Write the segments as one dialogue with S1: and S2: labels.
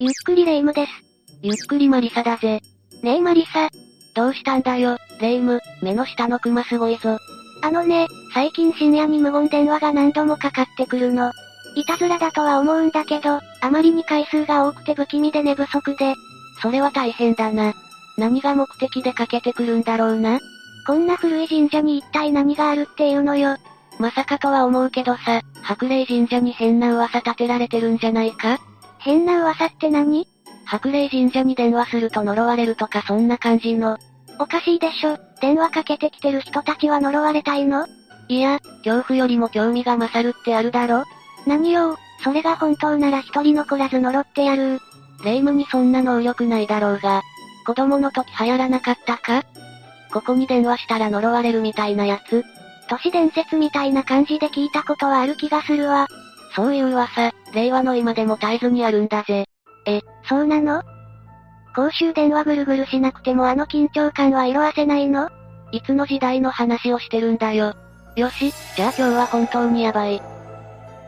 S1: ゆっくりレ夢ムです。
S2: ゆっくりマリサだぜ。
S1: ねえマリサ、
S2: どうしたんだよ、レイム、目の下のクマすごいぞ。
S1: あのね、最近深夜に無言電話が何度もかかってくるの。いたずらだとは思うんだけど、あまりに回数が多くて不気味で寝不足で、
S2: それは大変だな。何が目的でかけてくるんだろうな。
S1: こんな古い神社に一体何があるっていうのよ。
S2: まさかとは思うけどさ、白霊神社に変な噂立てられてるんじゃないか
S1: 変な噂って何
S2: 白霊神社に電話すると呪われるとかそんな感じの。
S1: おかしいでしょ。電話かけてきてる人たちは呪われたいの
S2: いや、恐怖よりも興味が勝るってあるだろ
S1: 何よそれが本当なら一人残らず呪ってやる
S2: 霊夢にそんな能力ないだろうが、子供の時流行らなかったかここに電話したら呪われるみたいなやつ。
S1: 都市伝説みたいな感じで聞いたことはある気がするわ。
S2: そういう噂、令和の今でも絶えずにあるんだぜ。
S1: そうなの公衆電話ぐるぐるしなくてもあの緊張感は色褪せないの
S2: いつの時代の話をしてるんだよ。よし、じゃあ今日は本当にやばい。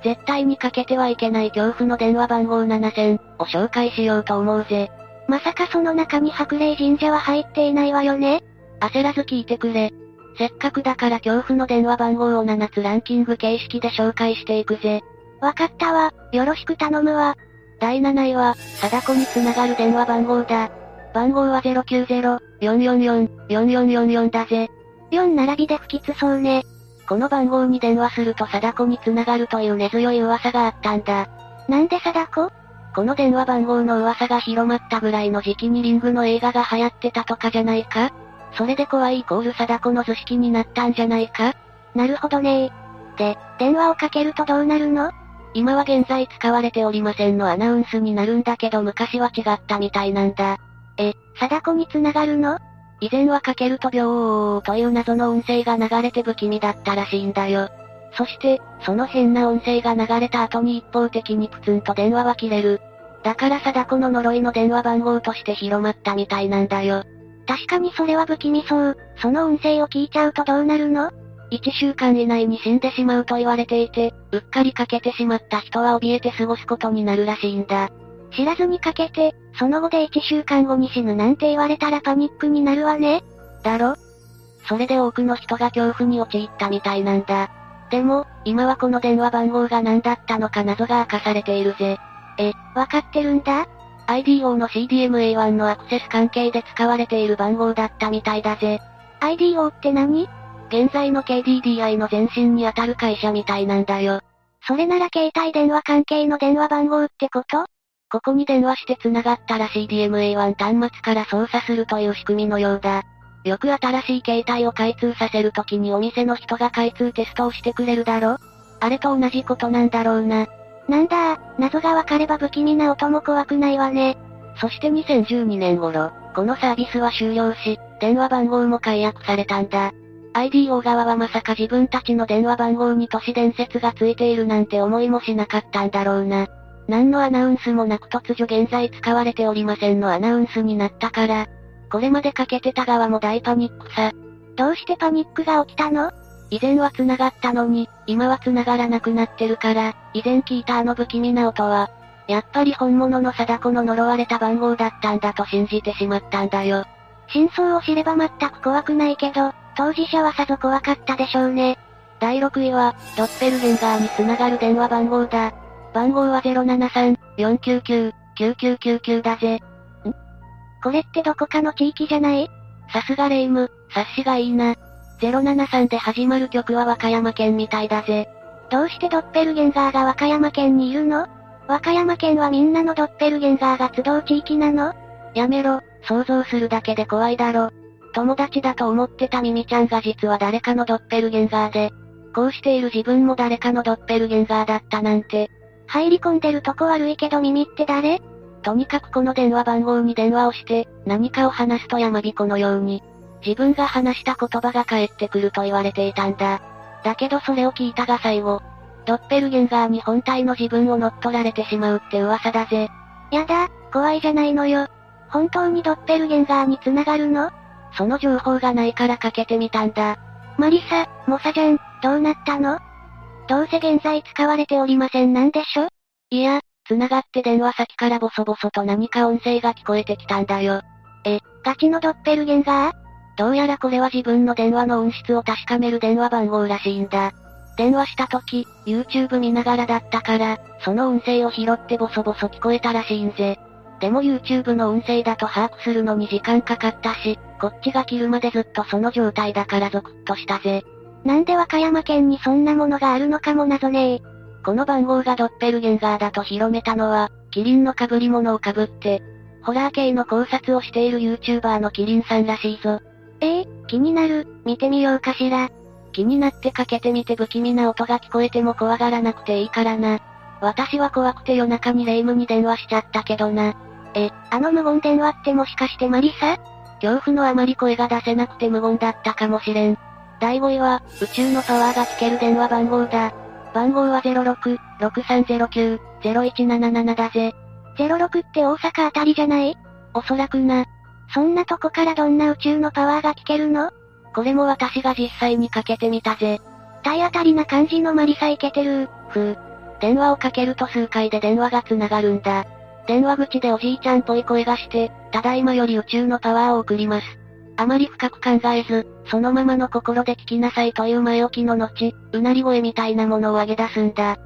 S2: 絶対にかけてはいけない恐怖の電話番号7000を紹介しようと思うぜ。
S1: まさかその中に白霊神社は入っていないわよね
S2: 焦らず聞いてくれ。せっかくだから恐怖の電話番号を7つランキング形式で紹介していくぜ。
S1: わかったわ。よろしく頼むわ。
S2: 第7位は、貞子につながる電話番号だ。番号は090-444-4444だぜ。
S1: 4並びで不吉そうね。
S2: この番号に電話すると貞子につながるという根強い噂があったんだ。
S1: なんで貞子
S2: この電話番号の噂が広まったぐらいの時期にリングの映画が流行ってたとかじゃないかそれで怖いイコール貞子の図式になったんじゃないか
S1: なるほどねで、電話をかけるとどうなるの
S2: 今は現在使われておりませんのアナウンスになるんだけど昔は違ったみたいなんだ。
S1: 貞子につながるの
S2: 以前はかけるとビョーという謎の音声が流れて不気味だったらしいんだよ。そして、その変な音声が流れた後に一方的にプツンと電話は切れる。だから貞子の呪いの電話番号として広まったみたいなんだよ。
S1: 確かにそれは不気味そう。その音声を聞いちゃうとどうなるの
S2: 1週間以内に死んでしまうと言われていて、うっかりかけてしまった人は怯えて過ごすことになるらしいんだ。
S1: 知らずにかけて、その後で1週間後に死ぬなんて言われたらパニックになるわね。
S2: だろそれで多くの人が恐怖に陥ったみたいなんだ。でも、今はこの電話番号が何だったのか謎が明かされているぜ。
S1: わかってるんだ
S2: IDO の CDMA1 のアクセス関係で使われている番号だったみたいだぜ。
S1: IDO って何
S2: 現在の KDDI の前身にあたる会社みたいなんだよ。
S1: それなら携帯電話関係の電話番号ってこと
S2: ここに電話して繋がったら CDMA1 端末から操作するという仕組みのようだ。よく新しい携帯を開通させるときにお店の人が開通テストをしてくれるだろあれと同じことなんだろうな。
S1: なんだ謎がわかれば不気味な音も怖くないわね。
S2: そして2012年頃、このサービスは終了し、電話番号も解約されたんだ。IDO 側はまさか自分たちの電話番号に都市伝説がついているなんて思いもしなかったんだろうな。何のアナウンスもなく突如現在使われておりませんのアナウンスになったから、これまでかけてた側も大パニックさ。
S1: どうしてパニックが起きたの
S2: 以前は繋がったのに、今は繋がらなくなってるから、以前聞いたあの不気味な音は、やっぱり本物の貞子の呪われた番号だったんだと信じてしまったんだよ。
S1: 真相を知れば全く怖くないけど、当事者はさぞ怖かったでしょうね。
S2: 第6位は、ドッペルゲンガーにつながる電話番号だ。番号は073-499-9999だぜ。
S1: これってどこかの地域じゃない
S2: さすがレイム、察しがいいな。073で始まる曲は和歌山県みたいだぜ。
S1: どうしてドッペルゲンガーが和歌山県にいるの和歌山県はみんなのドッペルゲンガーが集う地域なの
S2: やめろ、想像するだけで怖いだろ。友達だと思ってたミミちゃんが実は誰かのドッペルゲンガーで、こうしている自分も誰かのドッペルゲンガーだったなんて、
S1: 入り込んでるとこ悪いけど耳って誰
S2: とにかくこの電話番号に電話をして、何かを話すと山彦のように、自分が話した言葉が返ってくると言われていたんだ。だけどそれを聞いたが最後、ドッペルゲンガーに本体の自分を乗っ取られてしまうって噂だぜ。
S1: やだ、怖いじゃないのよ。本当にドッペルゲンガーに繋がるの
S2: その情報がないからかけてみたんだ。
S1: マリサ、モサじゃん、どうなったのどうせ現在使われておりませんなんでしょ
S2: いや、繋がって電話先からボソボソと何か音声が聞こえてきたんだよ。
S1: ガチのドッペルゲンガー
S2: どうやらこれは自分の電話の音質を確かめる電話番号らしいんだ。電話した時、YouTube 見ながらだったから、その音声を拾ってボソボソ聞こえたらしいんぜ。でも YouTube の音声だと把握するのに時間かかったし、こっちが切るまでずっとその状態だからゾクッとしたぜ。
S1: なんで和歌山県にそんなものがあるのかも謎ねえ。
S2: この番号がドッペルゲンガーだと広めたのは、キリンの被り物を被って、ホラー系の考察をしている YouTuber のキリンさんらしいぞ。
S1: ええ気になる、見てみようかしら。
S2: 気になってかけてみて不気味な音が聞こえても怖がらなくていいからな。私は怖くて夜中に霊夢に電話しちゃったけどな。
S1: あの無言電話ってもしかしてマリサ
S2: 恐怖のあまり声が出せなくて無言だったかもしれん。第5位は、宇宙のパワーが聞ける電話番号だ。番号は06-6309-0177だぜ。
S1: ?06 って大阪あたりじゃない
S2: おそらくな。
S1: そんなとこからどんな宇宙のパワーが聞けるの
S2: これも私が実際にかけてみたぜ。
S1: 体当たりな感じのマリサイケてる
S2: ふう。電話をかけると数回で電話が繋がるんだ。電話口でおじいちゃんっぽい声がして、ただいまより宇宙のパワーを送ります。あまり深く考えず、そのままの心で聞きなさいという前置きの後、うなり声みたいなものを上げ出すんだ。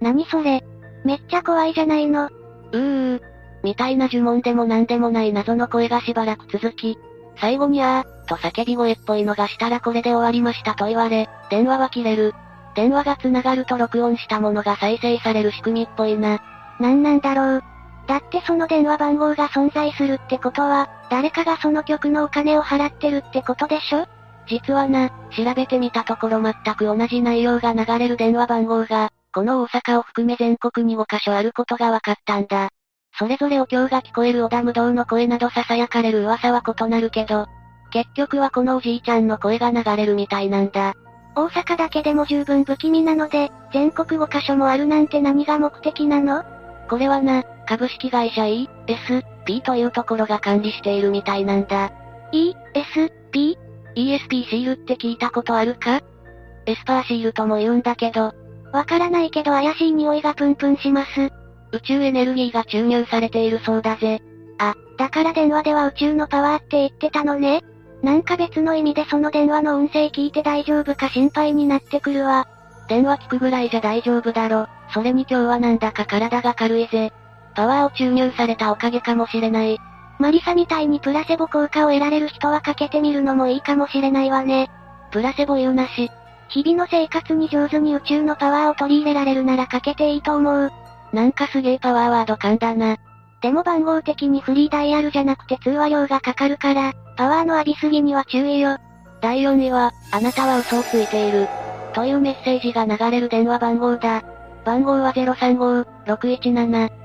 S1: 何それめっちゃ怖いじゃないの。
S2: うーうー、みたいな呪文でも何でもない謎の声がしばらく続き、最後にあー、と叫び声っぽいのがしたらこれで終わりましたと言われ、電話は切れる。電話が繋がると録音したものが再生される仕組みっぽいな。
S1: なんなんだろう。だってその電話番号が存在するってことは、誰かがその曲のお金を払ってるってことでしょ
S2: 実はな、調べてみたところ全く同じ内容が流れる電話番号が、この大阪を含め全国に5カ所あることが分かったんだ。それぞれお経が聞こえる織田無道の声など囁かれる噂は異なるけど、結局はこのおじいちゃんの声が流れるみたいなんだ。
S1: 大阪だけでも十分不気味なので、全国5カ所もあるなんて何が目的なの
S2: これはな、株式会社 E、S、P というところが管理しているみたいなんだ。
S1: ?E、S、P?
S2: ESP シールって聞いたことあるかエスパーシールとも言うんだけど、
S1: わからないけど怪しい匂いがプンプンします。
S2: 宇宙エネルギーが注入されているそうだぜ。
S1: だから電話では宇宙のパワーって言ってたのね。なんか別の意味でその電話の音声聞いて大丈夫か心配になってくるわ。
S2: 電話聞くぐらいじゃ大丈夫だろ。それに今日はなんだか体が軽いぜ。パワーを注入されたおかげかもしれない。
S1: マリサみたいにプラセボ効果を得られる人はかけてみるのもいいかもしれないわね。
S2: プラセボ言うなし。
S1: 日々の生活に上手に宇宙のパワーを取り入れられるならかけていいと思う。
S2: なんかすげえパワーワード感だな。
S1: でも番号的にフリーダイヤルじゃなくて通話料がかかるから、パワーの浴びすぎには注意よ。
S2: 第4位は、あなたは嘘をついている。というメッセージが流れる電話番号だ。番号は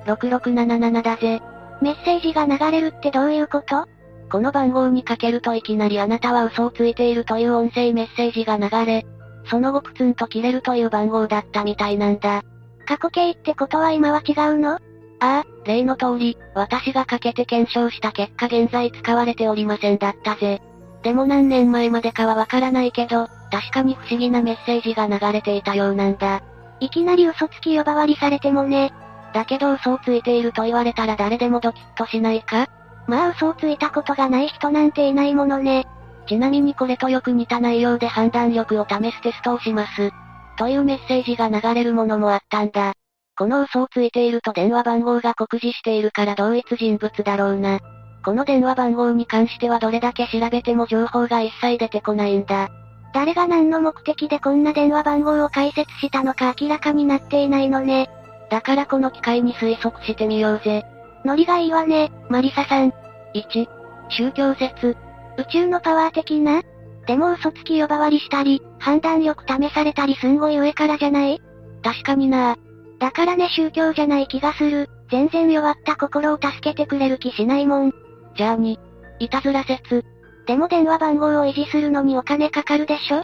S2: 035-617-6677だぜ。
S1: メッセージが流れるってどういうこと
S2: この番号にかけるといきなりあなたは嘘をついているという音声メッセージが流れ、その後プツンと切れるという番号だったみたいなんだ。
S1: 過去形ってことは今は違うの
S2: ああ、例の通り、私がかけて検証した結果現在使われておりませんだったぜ。でも何年前までかはわからないけど、確かに不思議なメッセージが流れていたようなんだ。
S1: いきなり嘘つき呼ばわりされてもね。
S2: だけど嘘をついていると言われたら誰でもドキッとしないか
S1: まあ嘘をついたことがない人なんていないものね。
S2: ちなみにこれとよく似た内容で判断力を試すテストをします。というメッセージが流れるものもあったんだ。この嘘をついていると電話番号が酷似しているから同一人物だろうな。この電話番号に関してはどれだけ調べても情報が一切出てこないんだ。
S1: 誰が何の目的でこんな電話番号を解説したのか明らかになっていないのね。
S2: だからこの機会に推測してみようぜ。
S1: ノリがいいわね、マリサさん。
S2: 1、宗教説。
S1: 宇宙のパワー的なでも嘘つき呼ばわりしたり、判断力試されたりすんごい上からじゃない
S2: 確かにな
S1: だからね宗教じゃない気がする。全然弱った心を助けてくれる気しないもん。
S2: じゃあ2、いたずら説。
S1: でも電話番号を維持するのにお金かかるでしょ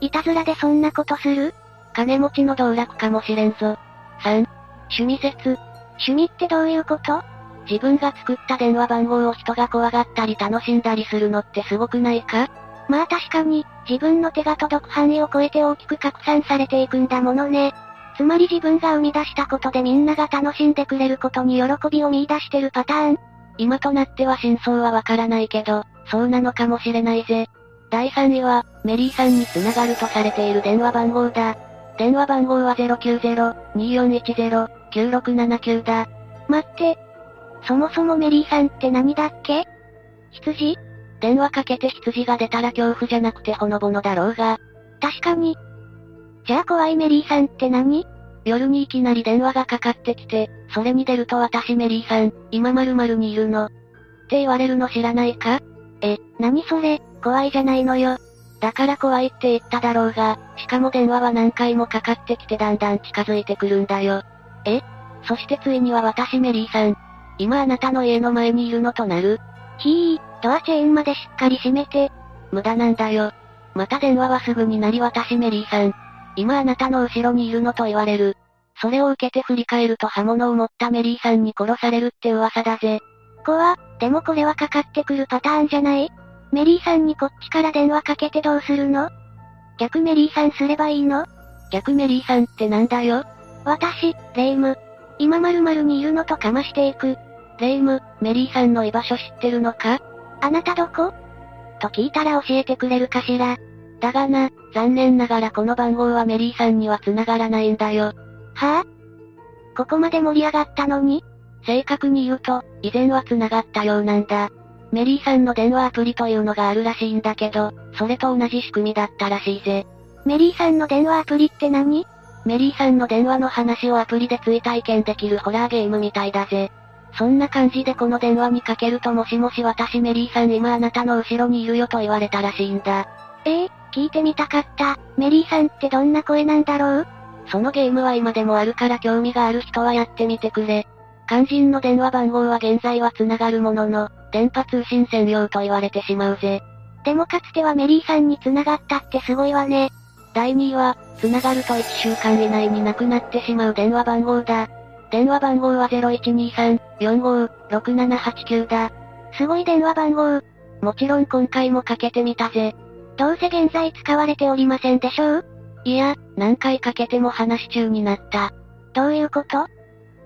S1: いたずらでそんなことする
S2: 金持ちの道楽かもしれんぞ。3、趣味説。
S1: 趣味ってどういうこと
S2: 自分が作った電話番号を人が怖がったり楽しんだりするのってすごくないか
S1: まあ確かに、自分の手が届く範囲を超えて大きく拡散されていくんだものね。つまり自分が生み出したことでみんなが楽しんでくれることに喜びを見出してるパターン
S2: 今となっては真相はわからないけど、そうなのかもしれないぜ。第3位は、メリーさんに繋がるとされている電話番号だ。電話番号は090-2410-9679だ。
S1: 待って。そもそもメリーさんって何だっけ羊
S2: 電話かけて羊が出たら恐怖じゃなくてほのぼのだろうが、
S1: 確かに。じゃあ怖いメリーさんって何
S2: 夜にいきなり電話がかかってきて、それに出ると私メリーさん、今〇〇にいるの。って言われるの知らないか
S1: え、何それ、怖いじゃないのよ。
S2: だから怖いって言っただろうが、しかも電話は何回もかかってきてだんだん近づいてくるんだよ。えそしてついには私メリーさん。今あなたの家の前にいるのとなる
S1: ひー、ドアチェーンまでしっかり閉めて、
S2: 無駄なんだよ。また電話はすぐになり私メリーさん。今あなたの後ろにいるのと言われる。それを受けて振り返ると刃物を持ったメリーさんに殺されるって噂だぜ。
S1: 怖、でもこれはかかってくるパターンじゃないメリーさんにこっちから電話かけてどうするの逆メリーさんすればいいの
S2: 逆メリーさんってなんだよ
S1: 私、レイム。今〇〇にいるのとかましていく。
S2: レイム、メリーさんの居場所知ってるのか
S1: あなたどこと聞いたら教えてくれるかしら。
S2: だがな、残念ながらこの番号はメリーさんには繋がらないんだよ。
S1: はぁ、ここまで盛り上がったのに
S2: 正確に言うと、以前は繋がったようなんだ。メリーさんの電話アプリというのがあるらしいんだけど、それと同じ仕組みだったらしいぜ。
S1: メリーさんの電話アプリって何
S2: メリーさんの電話の話をアプリで追体験できるホラーゲームみたいだぜ。そんな感じでこの電話にかけるともしもし私メリーさん今あなたの後ろにいるよと言われたらしいんだ。
S1: ええ聞いてみたかった。メリーさんってどんな声なんだろう
S2: そのゲームは今でもあるから興味がある人はやってみてくれ。肝心の電話番号は現在は繋がるものの、電波通信専用と言われてしまうぜ。
S1: でもかつてはメリーさんに繋がったってすごいわね。
S2: 第2位は、繋がると1週間以内になくなってしまう電話番号だ。電話番号は0123-45-6789だ。
S1: すごい電話番号。
S2: もちろん今回もかけてみたぜ。
S1: どうせ現在使われておりませんでしょう
S2: いや、何回かけても話中になった。
S1: どういうこと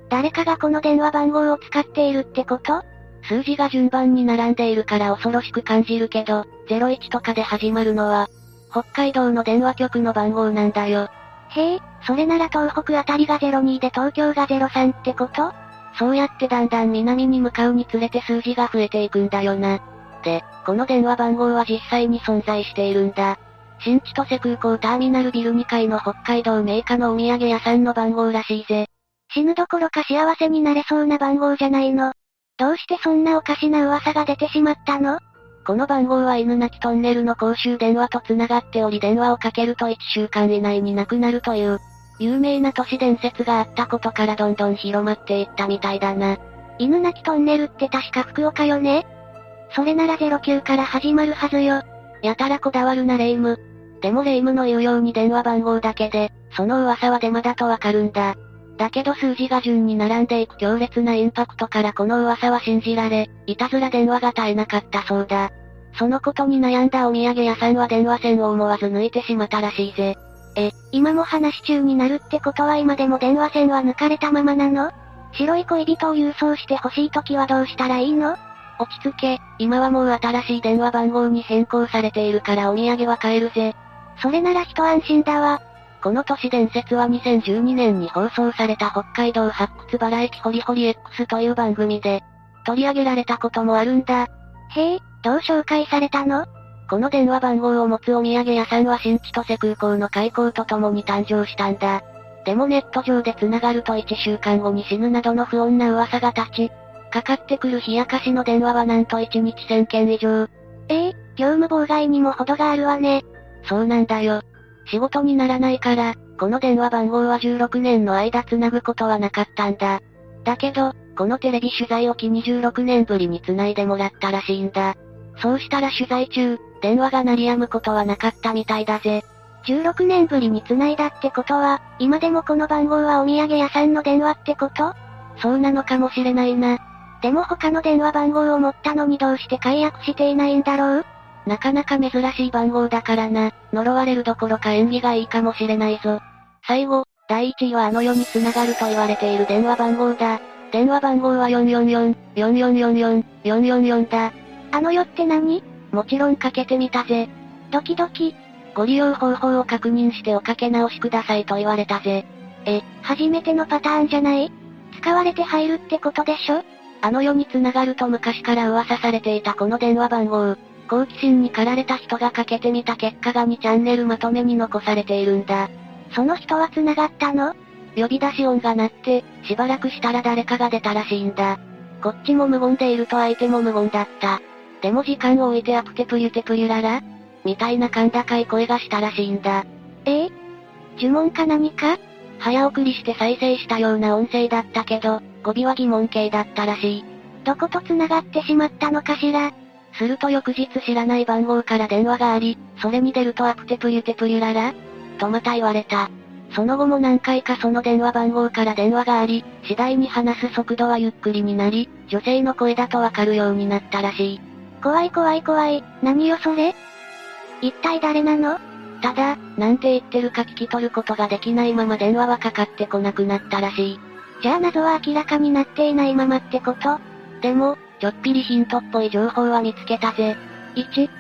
S1: 誰かがこの電話番号を使っているってこと
S2: 数字が順番に並んでいるから恐ろしく感じるけど、01とかで始まるのは、北海道の電話局の番号なんだよ。
S1: へえ、それなら東北あたりが02で東京が03ってこと
S2: そうやってだんだん南に向かうにつれて数字が増えていくんだよな。で、この電話番号は実際に存在しているんだ。新千歳空港ターミナルビル2階の北海道メーカーのお土産屋さんの番号らしいぜ。
S1: 死ぬどころか幸せになれそうな番号じゃないの。どうしてそんなおかしな噂が出てしまったの
S2: この番号は犬鳴きトンネルの公衆電話と繋がっており電話をかけると1週間以内になくなるという、有名な都市伝説があったことからどんどん広まっていったみたいだな。
S1: 犬鳴きトンネルって確か福岡よねそれなら09から始まるはずよ。
S2: やたらこだわるなレイム。でもレイムの言うように電話番号だけで、その噂はデマだとわかるんだ。だけど数字が順に並んでいく強烈なインパクトからこの噂は信じられ、いたずら電話が絶えなかったそうだ。そのことに悩んだお土産屋さんは電話線を思わず抜いてしまったらしいぜ。
S1: え、今も話中になるってことは今でも電話線は抜かれたままなの白い恋人を郵送してほしい時はどうしたらいいの
S2: 落ち着け、今はもう新しい電話番号に変更されているからお土産は買えるぜ。
S1: それなら一安心だわ。
S2: この都市伝説は2012年に放送された北海道発掘バラエティホリホリ X という番組で取り上げられたこともあるんだ。
S1: へえ、どう紹介されたの
S2: この電話番号を持つお土産屋さんは新千歳空港の開港とともに誕生したんだ。でもネット上で繋がると1週間後に死ぬなどの不穏な噂が立ち、かかってくる冷やかしの電話はなんと1日1000件以上。
S1: ええ、業務妨害にも程があるわね。
S2: そうなんだよ。仕事にならないから、この電話番号は16年の間繋ぐことはなかったんだ。だけど、このテレビ取材を機に16年ぶりに繋いでもらったらしいんだ。そうしたら取材中、電話が鳴り止むことはなかったみたいだぜ。
S1: 16年ぶりに繋いだってことは、今でもこの番号はお土産屋さんの電話ってこと
S2: そうなのかもしれないな。
S1: でも他の電話番号を持ったのにどうして解約していないんだろう
S2: なかなか珍しい番号だからな。呪われるどころか縁起がいいかもしれないぞ。最後、第1位はあの世に繋がると言われている電話番号だ。電話番号は444、4444、444だ。
S1: あの世って何
S2: もちろんかけてみたぜ。
S1: ドキドキ。
S2: ご利用方法を確認しておかけ直しくださいと言われたぜ。
S1: え、初めてのパターンじゃない使われて入るってことでしょ
S2: あの世に繋がると昔から噂されていたこの電話番号。好奇心に駆られた人がかけてみた結果が2チャンネルまとめに残されているんだ。
S1: その人は繋がったの
S2: 呼び出し音が鳴って、しばらくしたら誰かが出たらしいんだ。こっちも無言でいると相手も無言だった。でも時間を置いてアプテプリュテプリュララみたいな甲高い声がしたらしいんだ。
S1: ええ、呪文か何か
S2: 早送りして再生したような音声だったけど、語尾は疑問形だったらしい。
S1: どこと繋がってしまったのかしら
S2: すると翌日知らない番号から電話があり、それに出るとアプテプリュテプリュララとまた言われた。その後も何回かその電話番号から電話があり、次第に話す速度はゆっくりになり、女性の声だとわかるようになったらしい。
S1: 怖い怖い怖い、何よそれ一体誰なの
S2: ただ、なんて言ってるか聞き取ることができないまま電話はかかってこなくなったらしい。
S1: じゃあ謎は明らかになっていないままってこと
S2: でも、ちょっぴりヒントっぽい情報は見つけたぜ。1、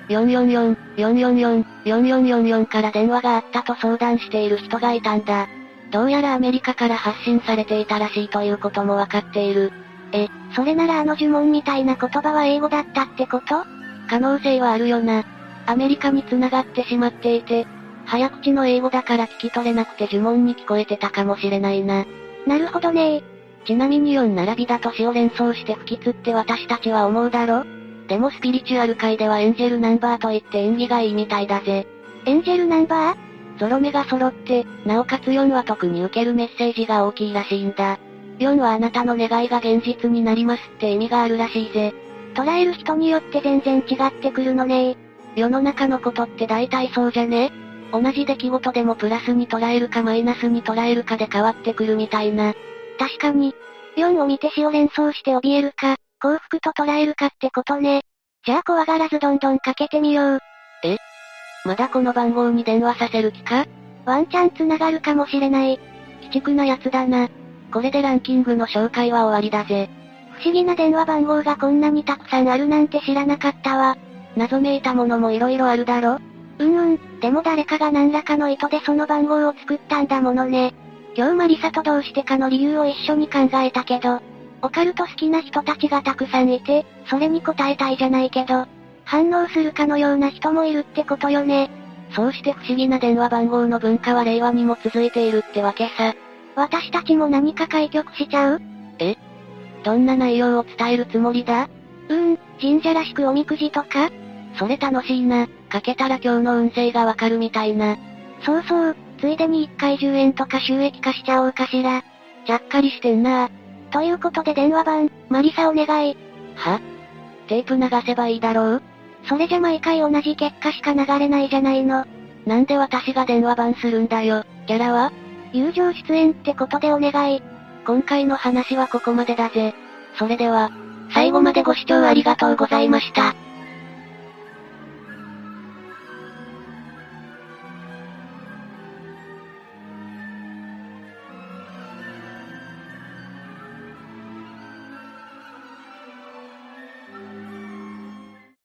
S2: 444、444、4444から電話があったと相談している人がいたんだ。どうやらアメリカから発信されていたらしいということもわかっている。
S1: え、それならあの呪文みたいな言葉は英語だったってこと
S2: 可能性はあるよな。アメリカに繋がってしまっていて、早口の英語だから聞き取れなくて呪文に聞こえてたかもしれないな。
S1: なるほどね
S2: ちなみに4並びだと死を連想して不吉って私たちは思うだろでもスピリチュアル界ではエンジェルナンバーといって縁起がいいみたいだぜ。
S1: エンジェルナンバー
S2: ゾロ目が揃って、なおかつ4は特に受けるメッセージが大きいらしいんだ。4はあなたの願いが現実になりますって意味があるらしいぜ。
S1: 捉える人によって全然違ってくるのね
S2: 世の中のことって大体そうじゃね同じ出来事でもプラスに捉えるかマイナスに捉えるかで変わってくるみたいな。
S1: 確かに。4を見て死を連想して怯えるか、幸福と捉えるかってことね。じゃあ怖がらずどんどんかけてみよう。
S2: えまだこの番号に電話させる気か
S1: ワンチャン繋がるかもしれない。
S2: 鬼畜なやつだな。これでランキングの紹介は終わりだぜ。
S1: 不思議な電話番号がこんなにたくさんあるなんて知らなかったわ。
S2: 謎めいたものも色々あるだろ
S1: うんうん、でも誰かが何らかの意図でその番号を作ったんだものね。今日マリサとどうしてかの理由を一緒に考えたけど、オカルト好きな人たちがたくさんいて、それに応えたいじゃないけど、反応するかのような人もいるってことよね。
S2: そうして不思議な電話番号の文化は令和にも続いているってわけさ。
S1: 私たちも何か開局しちゃう
S2: えどんな内容を伝えるつもりだ
S1: うーん、神社らしくおみくじとか
S2: それ楽しいな。かけたら今日の運勢がわかるみたいな。
S1: そうそう、ついでに1回10円とか収益化しちゃおうかしら。
S2: ちゃっかりしてんな
S1: ということで電話番、マリサお願い。
S2: はテープ流せばいいだろう
S1: それじゃ毎回同じ結果しか流れないじゃないの。
S2: なんで私が電話番するんだよ。キャラは
S1: 友情出演ってことでお願い。
S2: 今回の話はここまでだぜ。それでは、最後までご視聴ありがとうございました。